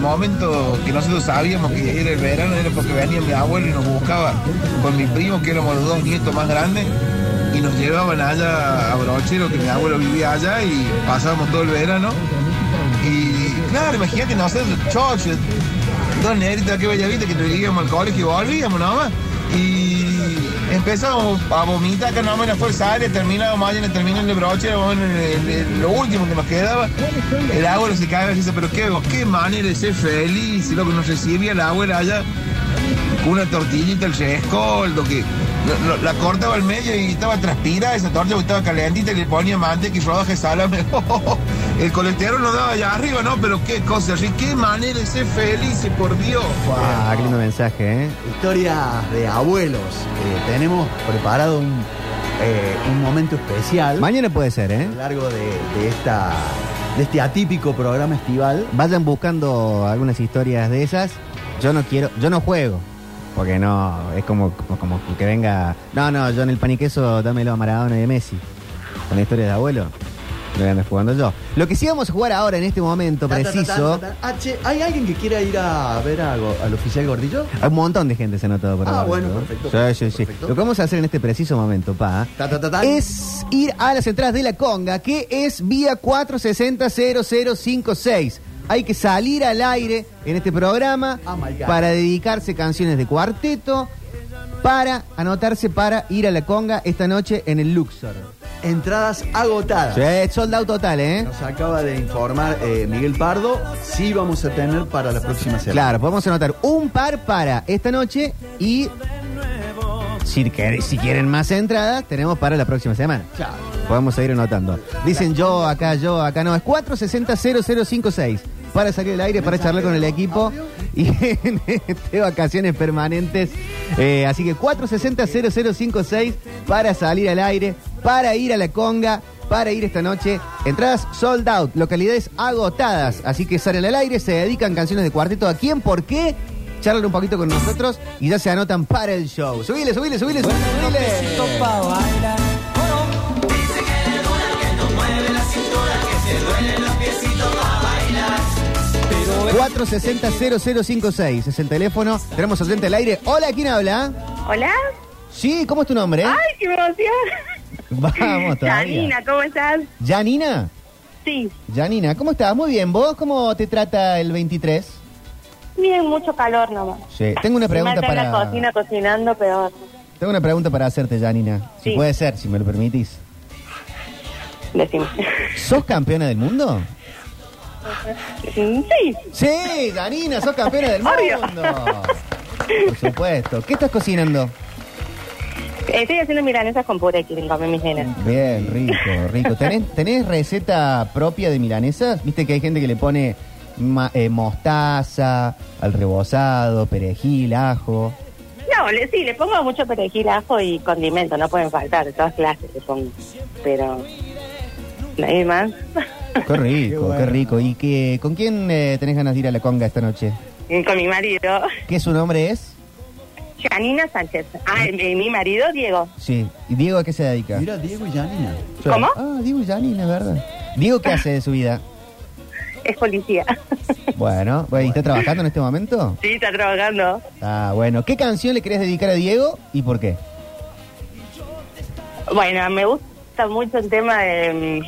momento que nosotros sabíamos que era el verano, era porque venía mi abuelo y nos buscaba con mi primo, que éramos los dos nietos más grandes, y nos llevaban allá a Brochero, que mi abuelo vivía allá, y pasábamos todo el verano. Y claro, imagínate nosotros, choches, dos negritas que bellavita que nos íbamos al colegio y volvíamos nomás. Y empezamos a vomitar que nomás en la fuerza aérea, terminábamos allá en el terminal de broche, bueno, en el- en lo último que nos quedaba. El abuelo se cae y dice, pero qué, qué manera de ser feliz, lo que nos recibía el abuelo allá con una tortillita, el rescoldo, que lo- lo- la cortaba al medio y estaba transpirada esa tortilla, porque estaba calentita y le ponía manteca y rodajas de salame. oh, el colesterol lo daba allá arriba, ¿no? Pero qué cosa, así, qué manera de ser feliz, por Dios. Ah, qué lindo mensaje, ¿eh? Historias de abuelos. Eh, tenemos preparado un, eh, un momento especial Mañana puede ser, a ¿eh? lo largo de, de esta, de este atípico programa estival. Vayan buscando algunas historias de esas. Yo no quiero, yo no juego. Porque no, es como, como, como que venga. No, no, yo en el paniqueso dámelo a Maradona y a Messi. Con historias de abuelo. Lo voy a andar jugando yo. Lo que sí vamos a jugar ahora en este momento Ta, ta, ta, preciso. ta, ta, ta. Ah, che, ¿Hay alguien que quiera ir a ver a Go- al oficial Gordillo? Hay un montón de gente se ha notado por Ah, ahora, bueno, ¿no? perfecto, Sí, sí, sí. perfecto. Lo que vamos a hacer en este preciso momento, pa, Ta, ta, ta, ta. es ir a las entradas de la conga, que es vía 460-0056. Hay que salir al aire en este programa Oh, my God. para dedicarse canciones de cuarteto, para anotarse para ir a la conga esta noche en el Luxor. Ah. Entradas agotadas. Sí, sold out total, ¿eh? Nos acaba de informar eh, Miguel Pardo. Sí vamos a tener para la próxima semana. Claro, podemos anotar un par para esta noche y si, quer- si quieren más entradas, tenemos para la próxima semana. Claro. Podemos seguir anotando. Dicen yo, acá, yo, acá no. Es 460-0056 para salir al aire, para charlar con el equipo y en este, vacaciones permanentes. Eh, así que 460-0056 para salir al aire, para ir a la conga. Para ir esta noche, entradas sold out, localidades agotadas. Así que salen al aire, se dedican canciones de cuarteto. ¿A quién? ¿Por qué? Charlan un poquito con nosotros y ya se anotan para el show. Subile, subile, subile, subile. Bueno. 460-0056 es el teléfono. Tenemos oyente al aire. Hola, ¿quién habla? ¿Hola? ¿Eh? Sí, ¿cómo es tu nombre? ¡Ay, qué emoción! Vamos, todavía. Janina, ¿cómo estás? Janina. Sí, Janina, ¿cómo estás? Muy bien. ¿Vos cómo te trata el 23? bien, mucho calor nomás. Sí. Tengo una pregunta Mata en la para... cocina cocinando peor. Tengo una pregunta para hacerte, Janina. Si Sí. puede ser, si me lo permitís. Decimos. ¿Sos campeona del mundo? Sí, Sí, Janina, sos campeona del Obvio. mundo. Por supuesto. ¿Qué estás cocinando? estoy haciendo milanesas con puré, quieren comer mis Mm. nenas. Bien, rico, rico. ¿Tenés, tenés receta propia de milanesas? Viste que hay gente que le pone ma- eh, mostaza, al rebozado, perejil, ajo. No, le, sí, le pongo mucho perejil, ajo y condimento, no pueden faltar, de todas clases le pongo. Pero, nadie más. Qué rico, qué, bueno. rico. ¿Y qué, con quién eh, tenés ganas de ir a la conga esta noche? con mi marido, ¿Qué su nombre es? Janina Sánchez. Ah, y mi, mi marido, Diego. Sí. ¿Y Diego a qué se dedica? Mira, Diego y Janina. Sí. ¿Cómo? Ah, Diego y Janina, es verdad. Diego, ¿qué hace de su vida? Es policía. Bueno, ¿y está trabajando en este momento? Sí, está trabajando. Ah, bueno. ¿Qué canción le querés dedicar a Diego y por qué? Bueno, me gusta mucho el tema de,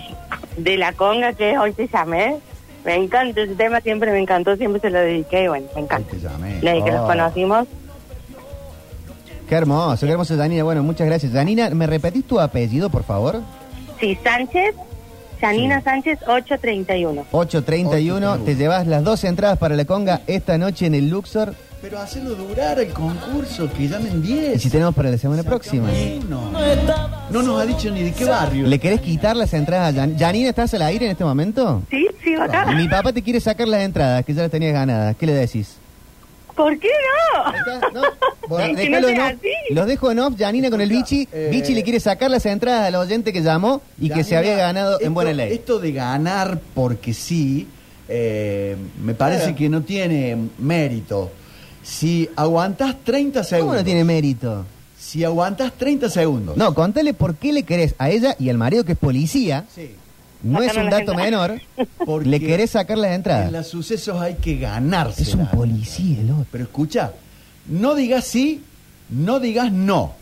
mm, de la conga que hoy te llamé. Me encanta ese tema, siempre me encantó, siempre se lo dediqué y bueno, me Ahí encanta. te llamé. Desde que Oh. nos conocimos, Qué hermoso, qué hermoso, Janina. Bueno, muchas gracias. Janina, ¿me repetís tu apellido, por favor? sí, Sánchez, Janina Sánchez, 831. 831. Te llevas las dos entradas para la conga esta noche en el Luxor. Pero hacerlo durar el concurso, que llamen Y 10. si tenemos para la semana próxima. Uno. No nos ha dicho ni de qué barrio. ¿Le querés quitar las entradas a Janina? ¿Janina, estás al aire en este momento? Sí, sí, acá. Mi papá te quiere sacar las entradas, que ya las tenías ganadas. ¿Qué le decís? ¿Por qué no? Está- no, bueno, Si no dejalo en sea off. así. Los dejo en off, Janina con el bichi. eh, bichi le quiere sacar las entradas al oyente que llamó y que se Janina, había ganado en esto- buena ley. Esto de ganar porque sí, eh, me parece que no tiene mérito. Si aguantás 30 segundos. ¿Cómo no tiene mérito? Si aguantás 30 segundos. No, contale por qué le querés a ella y al marido que es policía Sí. No es un Sacaron las dato entradas. menor. Porque ¿Le querés sacar las En entradas? los sucesos hay que ganarse. Es un policía, el otro. Pero escucha, no digas sí, no digas no,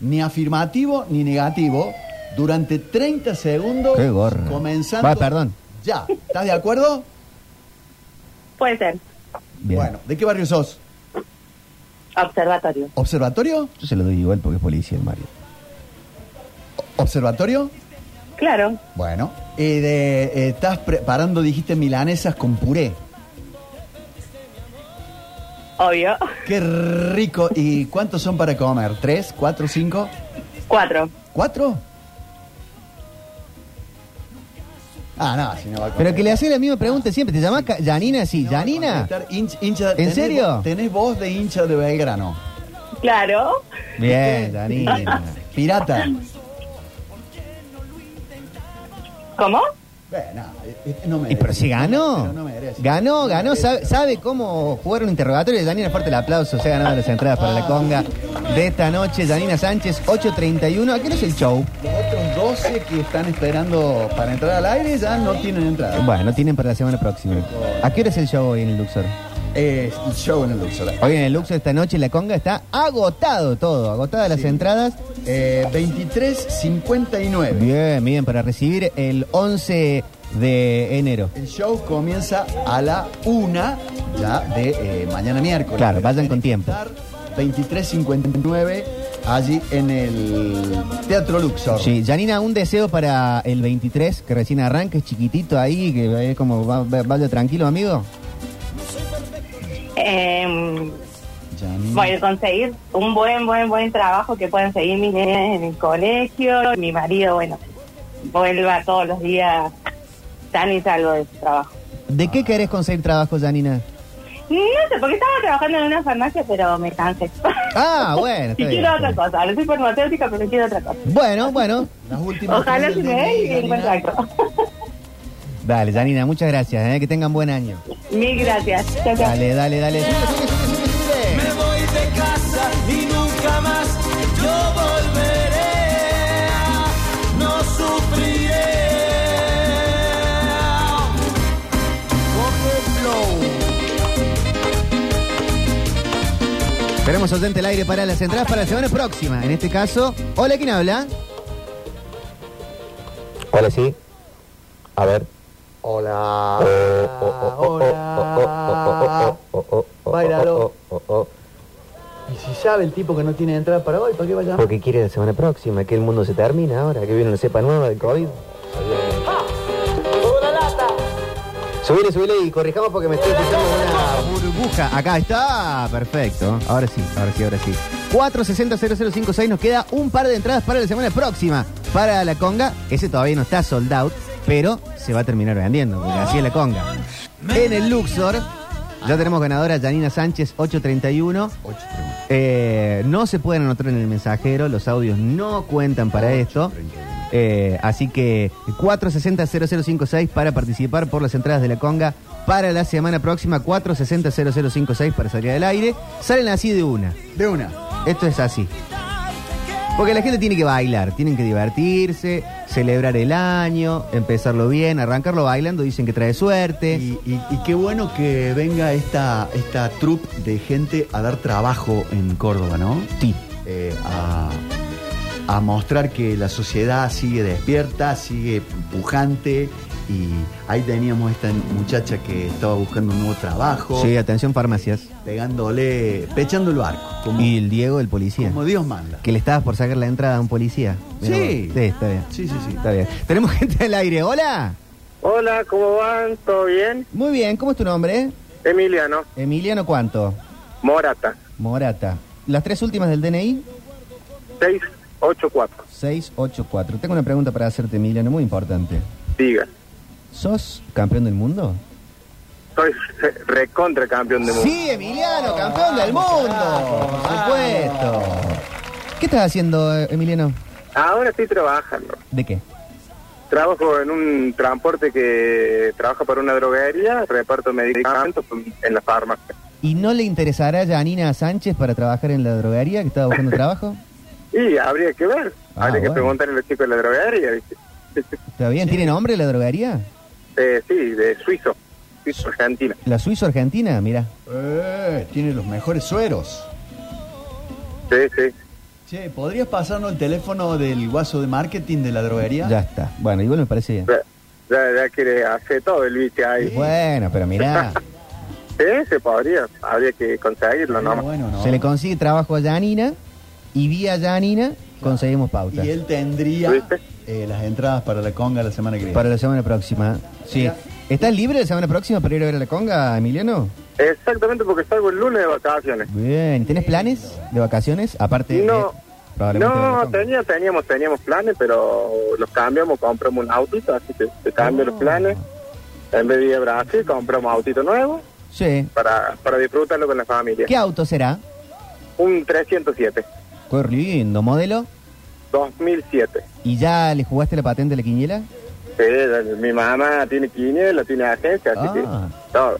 ni afirmativo ni negativo, durante 30 segundos. Qué gorro. Comenzando. Va, perdón. Ya, ¿estás de acuerdo? Puede ser. Bien. Bueno, ¿de qué barrio sos? Observatorio. ¿Observatorio? Yo se lo doy igual porque es policía el Mario. ¿Observatorio? Claro. Bueno. Eh, de- eh, estás preparando, dijiste, milanesas con puré. Obvio. Qué rico. ¿Y cuántos son para comer? ¿Tres, cuatro, cinco? Cuatro. ¿Cuatro? Ah, no, si no va a comer. Pero que le haces la misma pregunta siempre. ¿Te llamás Ca- Janina? Sí, No va a Janina. contestar hinch- hincha- tenés- serio? Tenés voz de hincha de Belgrano. Claro. Bien, Eh, Janina. Pirata. ¿Cómo? Bueno, eh, eh, no merece. Y pero si ganó. Pero no merece. Eh, Ganó, ganó. Merece. Sabe, sabe cómo jugar un interrogatorio. Janina, fuerte el aplauso. Se ha ganado las entradas para la conga de esta noche. Janina Sánchez, 8.31. ¿A qué hora es el show? Los otros 12 que están esperando para entrar al aire ya no tienen entrada. Bueno, tienen para la semana próxima. ¿A qué hora es el show hoy en el Luxor? Eh, el show en el Luxor. Hoy en el Luxor esta noche la conga está agotado todo. Agotadas las Sí. entradas. Eh, 23.59. Bien, bien, para recibir el 11 de enero. El show comienza a la 1 ya de eh, mañana miércoles. Claro, vayan con tiempo. 23.59 allí en el Teatro Luxor. Sí, Janina, un deseo para el 23, que recién arranque, es chiquitito ahí, que es como va- va- vaya tranquilo, amigo. Eh, Janine. voy a Pues conseguir un buen, buen, buen trabajo que puedan seguir mis nenes en el colegio. Mi marido, bueno, vuelva todos los días tan y salvo de su trabajo. ¿De qué querés conseguir trabajo, Janina? No sé, porque estaba trabajando en una farmacia, pero me cansé. Ah, bueno, y está bien. quiero otra cosa. Ahora soy farmacéutica, pero quiero otra cosa. Bueno, bueno. Las últimas Ojalá tres se del me dé DNI, y encuentro Janina. algo. Dale, Janina, muchas gracias. eh, Que tengan buen año. Mil gracias. Chao, chao. Dale, dale, dale. Sube, sube, sube, sube, sube. Me voy de casa y nunca más yo volveré. No sufriré. Coge flow. Tenemos ausente el aire para las entradas para la semana próxima. En este caso, hola, ¿quién habla? Hola, sí. A ver. Hola. Hola. Bailalo. Y si sabe el tipo que no tiene entrada para hoy, ¿para qué vaya? Porque quiere la semana próxima, que el mundo se termina ahora, que viene la cepa nueva del COVID. Subile, subile y corrijamos porque me estoy escuchando una... Burbuja, acá está, perfecto. Ahora sí, ahora sí, ahora sí. 4600056 nos queda un par de entradas para la semana próxima. Para la conga, ese todavía no está sold out, pero se va a terminar vendiendo, porque así es la conga. En el Luxor, ya tenemos ganadora Janina Sánchez 831. Eh, no se pueden anotar en el mensajero, los audios no cuentan Oh, para esto. Eh, así que 460-0056 para participar por las entradas de la conga para la semana próxima, 460-0056 para salir al aire. Salen así de una. De una. Esto es así. Porque la gente tiene que bailar, tienen que divertirse, celebrar el año, empezarlo bien, arrancarlo bailando, dicen que trae suerte. Y, y- y qué bueno que venga esta, esta troupe de gente a dar trabajo en Córdoba, ¿no? Sí. Eh, a, a mostrar que la sociedad sigue despierta, sigue pujante. Y ahí teníamos esta muchacha que estaba buscando un nuevo trabajo, Sí, atención farmacias. pegándole, pechando el barco, como, Y el Diego, el policía. como Dios manda. Que le estabas por sacar la entrada a un policía. Mirá Sí. vos. Sí, está bien. Sí, sí, sí. Está bien. Tenemos gente al aire. Hola. Hola, ¿cómo van? ¿Todo bien? Muy bien. ¿Cómo es tu nombre? Emiliano, Emiliano Cuánto. Morata, Morata. Las tres últimas del DNI, 684, 684. Tengo una pregunta para hacerte, Emiliano, muy importante. diga. ¿Sos campeón del mundo? Soy re- recontra campeón de mundo. Sí, Emiliano, campeón del mundo. Por supuesto. ¿Qué estás haciendo, eh, Emiliano? Ahora estoy trabajando. ¿De qué? Trabajo en un transporte que trabaja para una droguería, reparto medicamentos en la farmacia. ¿Y no le interesará ya a Nina Sánchez para trabajar en la droguería que estaba buscando trabajo? Y habría que ver, Ah, habría que bueno. preguntarle a los chicos de la droguería. ¿viste? ¿Está bien? ¿Tiene nombre la droguería? Eh, sí, de suizo, suizo argentina. La Suizo Argentina, mira. Eh, tiene los mejores sueros. Sí, sí. Che, ¿podrías pasarnos el teléfono del guaso de marketing de la droguería? Ya está. Bueno, igual me parece bien. Ya, ya, ya quiere hacer todo el biche ahí. Bueno, pero mirá, Sí, se podría, habría que conseguirlo Pero nomás. bueno, no. se le consigue trabajo a Janina y vía Janina conseguimos pauta. Y él tendría ¿Viste? eh, las entradas para la conga la semana que viene. Para la semana próxima. Sí. Mira. ¿Estás libre la semana próxima para ir a ver a la conga, Emiliano? Exactamente, porque salgo el lunes de vacaciones. Bien. ¿Tenés planes de vacaciones? Aparte de- No. probablemente de la No, conga. tenía, teníamos, teníamos planes, pero los cambiamos, compramos un autito, así que se cambian Ah. los planes. En vez de ir a Brasil, compramos autito nuevo Sí. para, para disfrutarlo con la familia. ¿Qué auto será? Un 307, Qué lindo, modelo. 2007. ¿Y ya le jugaste la patente de la quiniela? Sí, mi mamá tiene quiniela, tiene agencia, así Ah. que todo.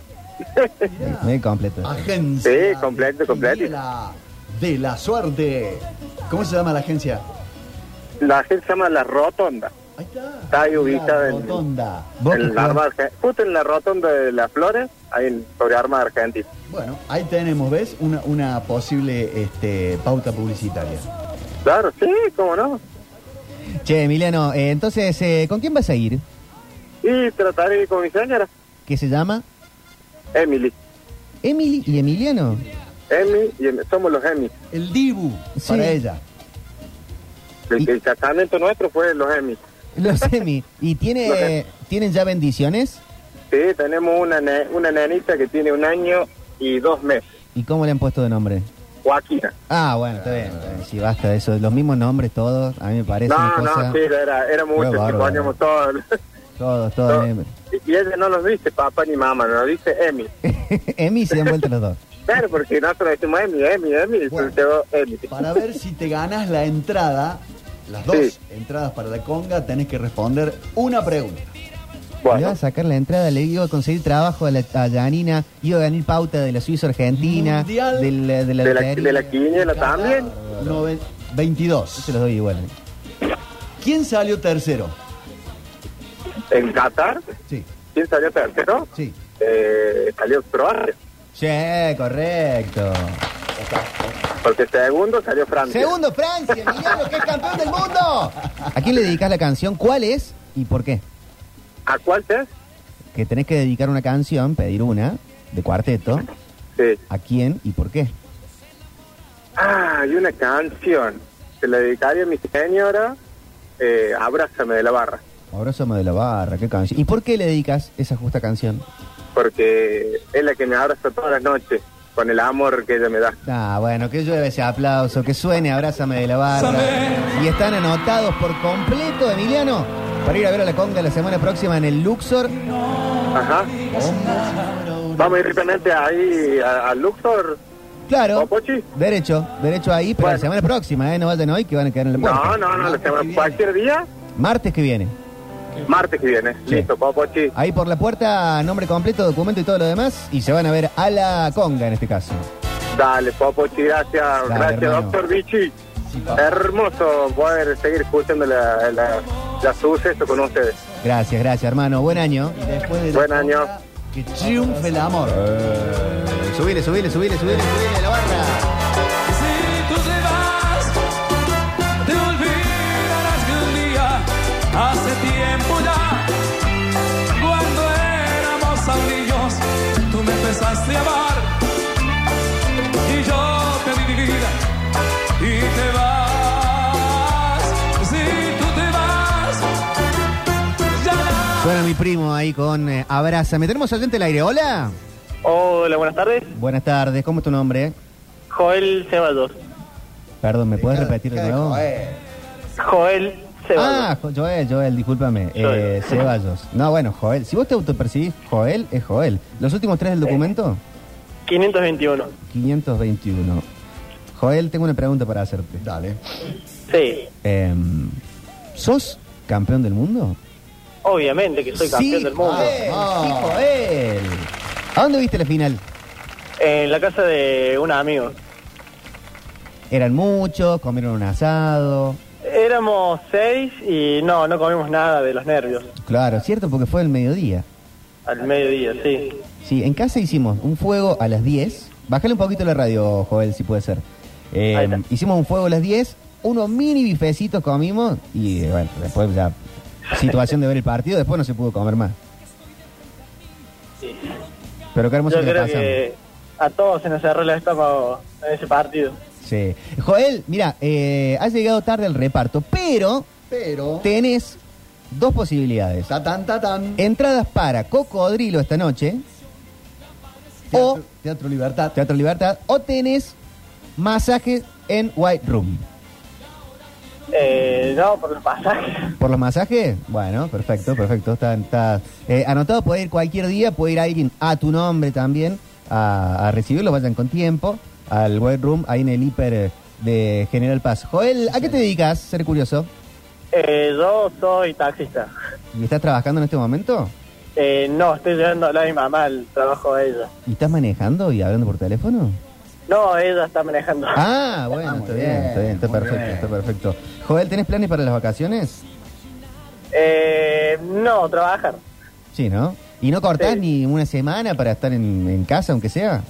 Muy completo. Agencia. Sí, completo, de completo. quiniela De la suerte. ¿Cómo se llama la agencia? La agencia se llama La Rotonda. Ahí está. Está ahí ubicada La en- Rotonda. ¿Vos qué en la jugás? Arma Arge- justo en la rotonda de las flores, ahí en, sobre Arma Argentina. Bueno, ahí tenemos, ¿ves? Una, una posible este, pauta publicitaria. Claro, sí, cómo no. Che, Emiliano, eh, entonces, eh, ¿con quién vas a ir? Y trataré de ir con mi señora, ¿Qué se llama? Emily. Emily y Emiliano. Emi y Em- somos los Emmy. El Dibu Sí. para ella. El, Y- el casamiento nuestro fue los Emmy. Los Emi. ¿Y Los tiene, Emi. tienen ya bendiciones? Sí, tenemos una, ne- una nenita que tiene un año y dos meses, ¿Y cómo le han puesto de nombre? Joaquina. Ah, bueno, está bien. está bien. Sí, basta de eso. Los mismos nombres todos. A mí me parece una No, cosa. no, sí, era, era mucho, Qué que bárbaro. poníamos todos. los- Todos, todos. Emi. Y ella no nos dice papá ni mamá, nos dice Emi. Emi se han vuelto los dos. Claro, porque nosotros decimos Emi, Emi, Emi, y Bueno. se quedó Emi. Para ver si te ganas la entrada, las dos Sí. entradas para la conga, tenés que responder una pregunta. Le iba Bueno, a sacar la entrada, le iba a conseguir trabajo a, la, a Janina, iba a ganar pauta de la Suiza Argentina, Mundial. de la, de la de la, lotería. de la quiniela también. Nove- 22. Se los doy igual. ¿Quién salió tercero? En Qatar, Sí, ¿quién salió tercero? sí. Eh, salió Croacia, Sí, correcto. porque segundo salió Francia. Segundo, Francia, Emiliano, que es campeón del mundo. ¿A quién le dedicas la canción? ¿Cuál es y por qué? ¿A cuál es? Que tenés que dedicar una canción, pedir una, de cuarteto. Sí. ¿A quién y por qué? Ah, hay una canción. Se la dedicaría a mi señora, eh, Abrázame de la Barra. Abrázame de la barra, qué canción. ¿Y por qué le dedicas esa justa canción? Porque es la que me abraza todas las noches con el amor que ella me da. Ah, bueno, que llueve ese aplauso, que suene, abrázame de la barra. Y están anotados por completo, Emiliano, para ir a ver a la conga la semana próxima en el Luxor. Ajá. Vamos directamente ahí a- al Luxor. Claro, ¿Popochi? derecho, derecho ahí, pero la Bueno. semana próxima, ¿eh? No vayan hoy que van a quedar en la puerta. No, no, no, la semana- cualquier día, Martes que viene. martes que viene. Sí. Listo, Popochi. Ahí por la puerta, nombre completo, documento y todo lo demás, y se van a ver a la conga en este caso. Dale, Popochi, gracias. Dale, gracias, hermano. doctor Vichy. Hermoso poder seguir escuchando la, la, la suceso con ustedes. Gracias, gracias, hermano. Buen año. Y después de la Buen conga, año. Que triunfe el amor. Subile, subile, subile, subile, subile a la barra. Si tú te vas, te olvidarás que un día, hace tiempo ya, cuando éramos amigos, tú me empezaste a amar. Y yo te di mi vida y te vas. Si tú te vas, ya nada. Suena mi primo ahí con eh, Abrázame. Tenemos oyente al aire. Hola. Hola, buenas tardes. Buenas tardes. ¿Cómo es tu nombre? Joel Ceballos. Perdón, ¿me puedes repetir de Cada- nuevo? cada- eh, Joel Ceballos. Ah, Jo- Joel, Joel, discúlpame. Eh, Joel. Ceballos. No, bueno, Joel. Si vos te autopercibís Joel, es Joel. ¿Los últimos tres del documento? 521. 521. Joel, tengo una pregunta para hacerte. Dale. Sí, Em, ¿Sos campeón del mundo? obviamente que soy campeón sí, Ah. del mundo. Joel, sí, Joel. ¿A dónde viste la final? En la casa de un amigo. ¿Eran muchos? ¿Comieron un asado? éramos seis y no, no comimos nada de los nervios. Claro, cierto, porque fue al mediodía. Al mediodía, sí. Sí, en casa hicimos un fuego a las 10. Bájale un poquito la radio, Joel, si puede ser. Eh, Ahí está. hicimos un fuego a las 10, unos mini bifecitos comimos y eh, bueno, después ya situación de ver el partido, después no se pudo comer más. Pero qué hermoso Yo que la creo pasamos. que a todos se nos cerró el estómago en ese partido. Sí. Joel, mira, eh, has llegado tarde al reparto, pero Pero. tenés dos posibilidades. Tatán, tatán. Entradas para Cocodrilo esta noche Teatro- o- Teatro Libertad. Teatro Libertad o tenés masaje en White Room. Eh, no, por los pasajes. ¿Por los masajes? Bueno, perfecto, perfecto. Está, está, eh, anotado, puede ir cualquier día, puede ir alguien a tu nombre también a, a recibirlo, vayan con tiempo al White Room, ahí en el hiper eh, de General Paz. Joel, ¿a qué te dedicas? Ser curioso. Eh, yo soy taxista. ¿Y estás trabajando en este momento? Eh, no, estoy llevando a mi mamá al trabajo de ella. ¿Y estás manejando y hablando por teléfono? No, ella está manejando. Ah, bueno, Ah, muy está bien, bien, está bien, está muy perfecto, bien. está perfecto. Joel, ¿tenés planes para las vacaciones? Eh, no, trabajar. Sí, ¿no? ¿Y no cortás Sí. ni una semana para estar en, en casa, aunque sea?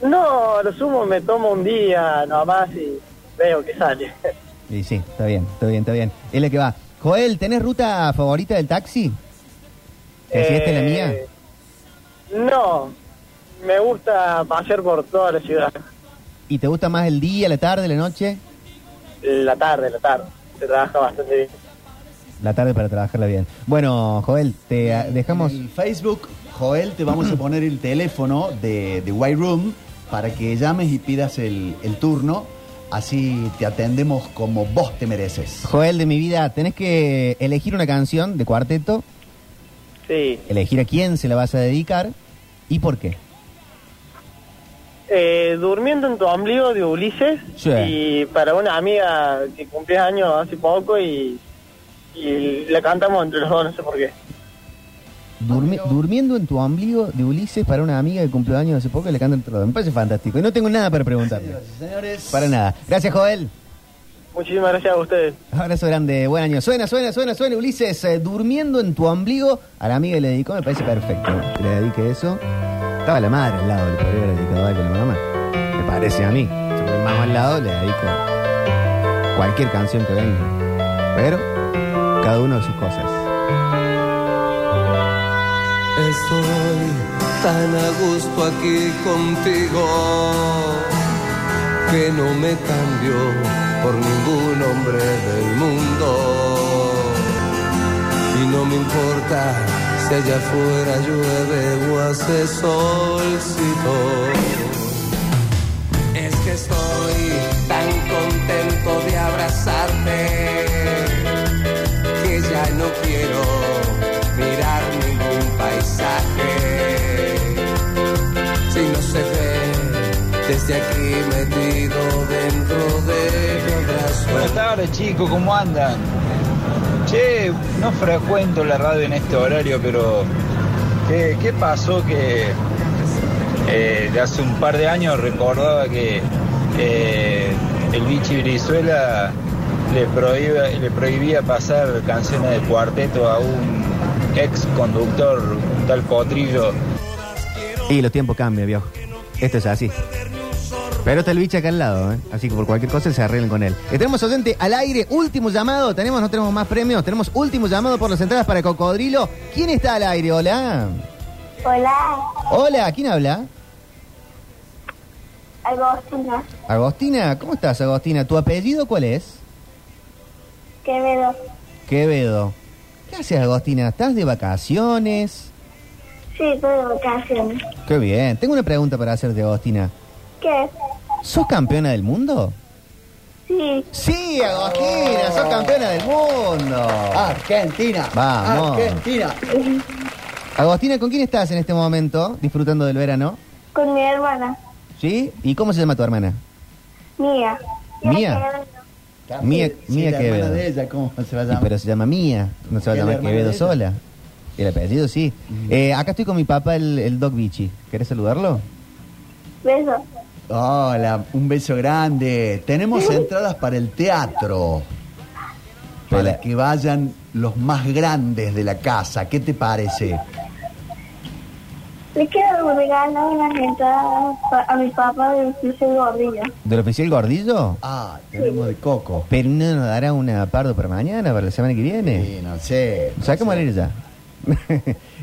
No, a lo sumo me tomo un día nomás y veo que sale. Y sí, está bien, está bien, está bien. Es la que va. Joel, ¿tenés ruta favorita del taxi? ¿Que si esta es la Eh, mía? No, me gusta pasear por toda la ciudad. ¿Y te gusta más el día, la tarde, la noche? La tarde, la tarde. Se trabaja bastante bien. La tarde para trabajarla bien. Bueno, Joel, te ah, dejamos... En el Facebook, Joel, te vamos a poner el teléfono de, de White Room para que llames y pidas el, el turno. Así te atendemos como vos te mereces. Joel, de mi vida, tenés que elegir una canción de cuarteto, Sí. elegir a quién se la vas a dedicar y por qué. Eh, durmiendo en tu ombligo de Ulises Sí. y para una amiga que cumplía años hace poco y, y la cantamos entre los dos, no sé por qué. Durmi- durmiendo en tu ombligo de Ulises para una amiga que cumplió años hace poco y le canta el trono. Me parece fantástico. Y no tengo nada para preguntarle. Señores, Para nada. Gracias, Joel. Muchísimas gracias a ustedes. Abrazo grande, buen año. Suena, suena, suena, suena, Ulises, eh, durmiendo en tu ombligo. A la amiga que le dedicó, me parece perfecto. Que le dedique eso. Estaba la madre al lado, le podría haber dedicado algo a la mamá. Me parece a mí. Si mi mamá al lado, le dedico cualquier canción que venga. Pero, cada uno de sus cosas. Estoy tan a gusto aquí contigo que no me cambio por ningún hombre del mundo. Y no me importa si allá afuera llueve o hace solcito. Es que estoy tan contento de abrazarte que ya no quiero mirar ningún paisaje. Si no se ve desde aquí metido dentro de mi abrazo. Buenas tardes chicos, ¿cómo andan? Che, no frecuento la radio en este horario, pero ¿qué, qué pasó que eh, de hace un par de años recordaba que eh, el bichi Brizuela le prohíba- le prohibía pasar canciones de cuarteto a un ex conductor, un tal Potrillo? Y los tiempos cambian, viejo. Esto es así. Pero está el bicho acá al lado, ¿eh? Así que por cualquier cosa se arreglen con él. Eh, tenemos oyente al aire, último llamado. Tenemos, no tenemos más premios. Tenemos último llamado por las entradas para Cocodrilo. ¿Quién está al aire? Hola. Hola, Hola, ¿quién habla? Agostina, Agostina, ¿cómo estás, Agostina? ¿Tu apellido cuál es? Quevedo. Quevedo. ¿Qué haces, Agostina? ¿Estás de vacaciones? Sí, estoy de vacaciones. Qué bien. Tengo una pregunta para hacerte, Agostina. ¿Qué? ¿Sos campeona del mundo? Sí, Sí, Agostina, sos campeona del mundo. Ah. Argentina. Vamos. Argentina. Agostina, ¿con quién estás en este momento disfrutando del verano? con mi hermana, ¿Sí? ¿Y cómo se llama tu hermana? Mía. Mía. Mía- Sí, Mía la Quevedo. hermana de ella, ¿cómo se va a Y, llamar? pero se llama Mía, no se va a ¿Es la llamar hermana Quevedo de ella? sola. El apellido sí. Eh, acá estoy con mi papá, el, el Doc Bichi. ¿Querés saludarlo? Beso. Hola, un beso grande. Tenemos entradas para el teatro. para que vayan los más grandes de la casa. ¿Qué te parece? Le quiero regalar una entradas pa- a mi papá de Dulce Gordillo. ¿Del oficial Gordillo? Ah, tenemos de coco. ¿Pero no nos dará una pardo para mañana, para la semana que viene? Sí, no sé. Sacamos el ya.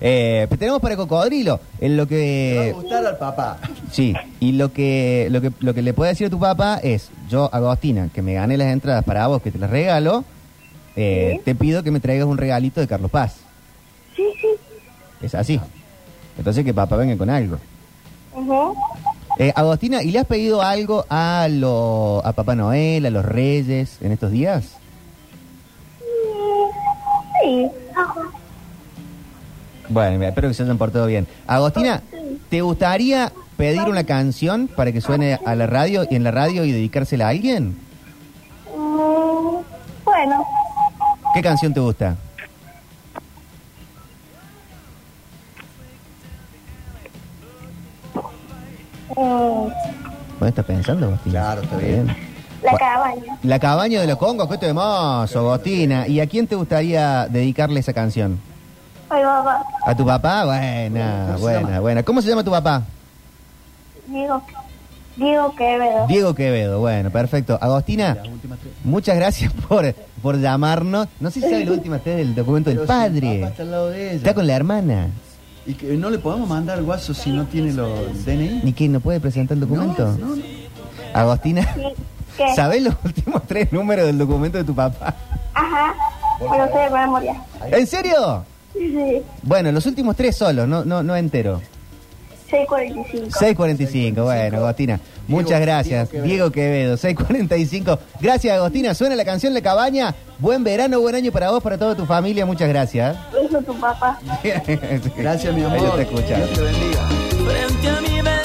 eh, pero tenemos para Cocodrilo. En lo Va que. a gustar al papá. Sí, y lo que, lo que lo que le puede decir a tu papá es, yo, Agostina, que me gané las entradas para vos, que te las regalo, eh, te pido que me traigas un regalito de Carlos Paz. Sí, sí. Es así. Entonces que papá venga con algo. Ujú. Eh, Agostina, ¿y le has pedido algo a, lo, a Papá Noel, a los Reyes en estos días? Sí. Bueno, mira, espero que se hayan portado bien. Agostina, ¿te gustaría pedir una canción para que suene a la radio y en la radio y dedicársela a alguien? Mm, bueno, ¿Qué canción te gusta? mm, ¿Dónde estás pensando, Agostina? Claro, está bien. la cabaña. La cabaña de los Congos, qué hermoso, Agostina. ¿Y a quién te gustaría dedicarle esa canción? Ay, papá. ¿A tu papá? Buena, ¿Cómo se buena, llama? buena. ¿Cómo se llama tu papá? Diego. Diego Quevedo. Diego Quevedo, bueno, perfecto. Agostina, Las últimas tres. muchas gracias por, por llamarnos. No sé si sabe la última tres del documento Pero del si el padre. papá está al lado de ella. Está con la hermana. Y que no le podemos mandar guaso si no tiene los DNI. ¿Y qué? ¿No puede presentar el documento? No, no. Agostina, Sí, ¿Qué? ¿sabés los últimos tres números del documento de tu papá? Ajá. Me lo sé de memoria. ¿En serio? Sí, sí. Bueno, los últimos tres solos, no, no, no entero. 645. 645, bueno, Agostina. Muchas gracias, Diego Quevedo. 645. Gracias, Agostina. Suena la canción La Cabaña. Buen verano, buen año para vos, para toda tu familia. Muchas gracias. Eso tu papá. Gracias, Gracias, mi amor. Ahí lo está escuchando. Dios te bendiga. Frente a mí me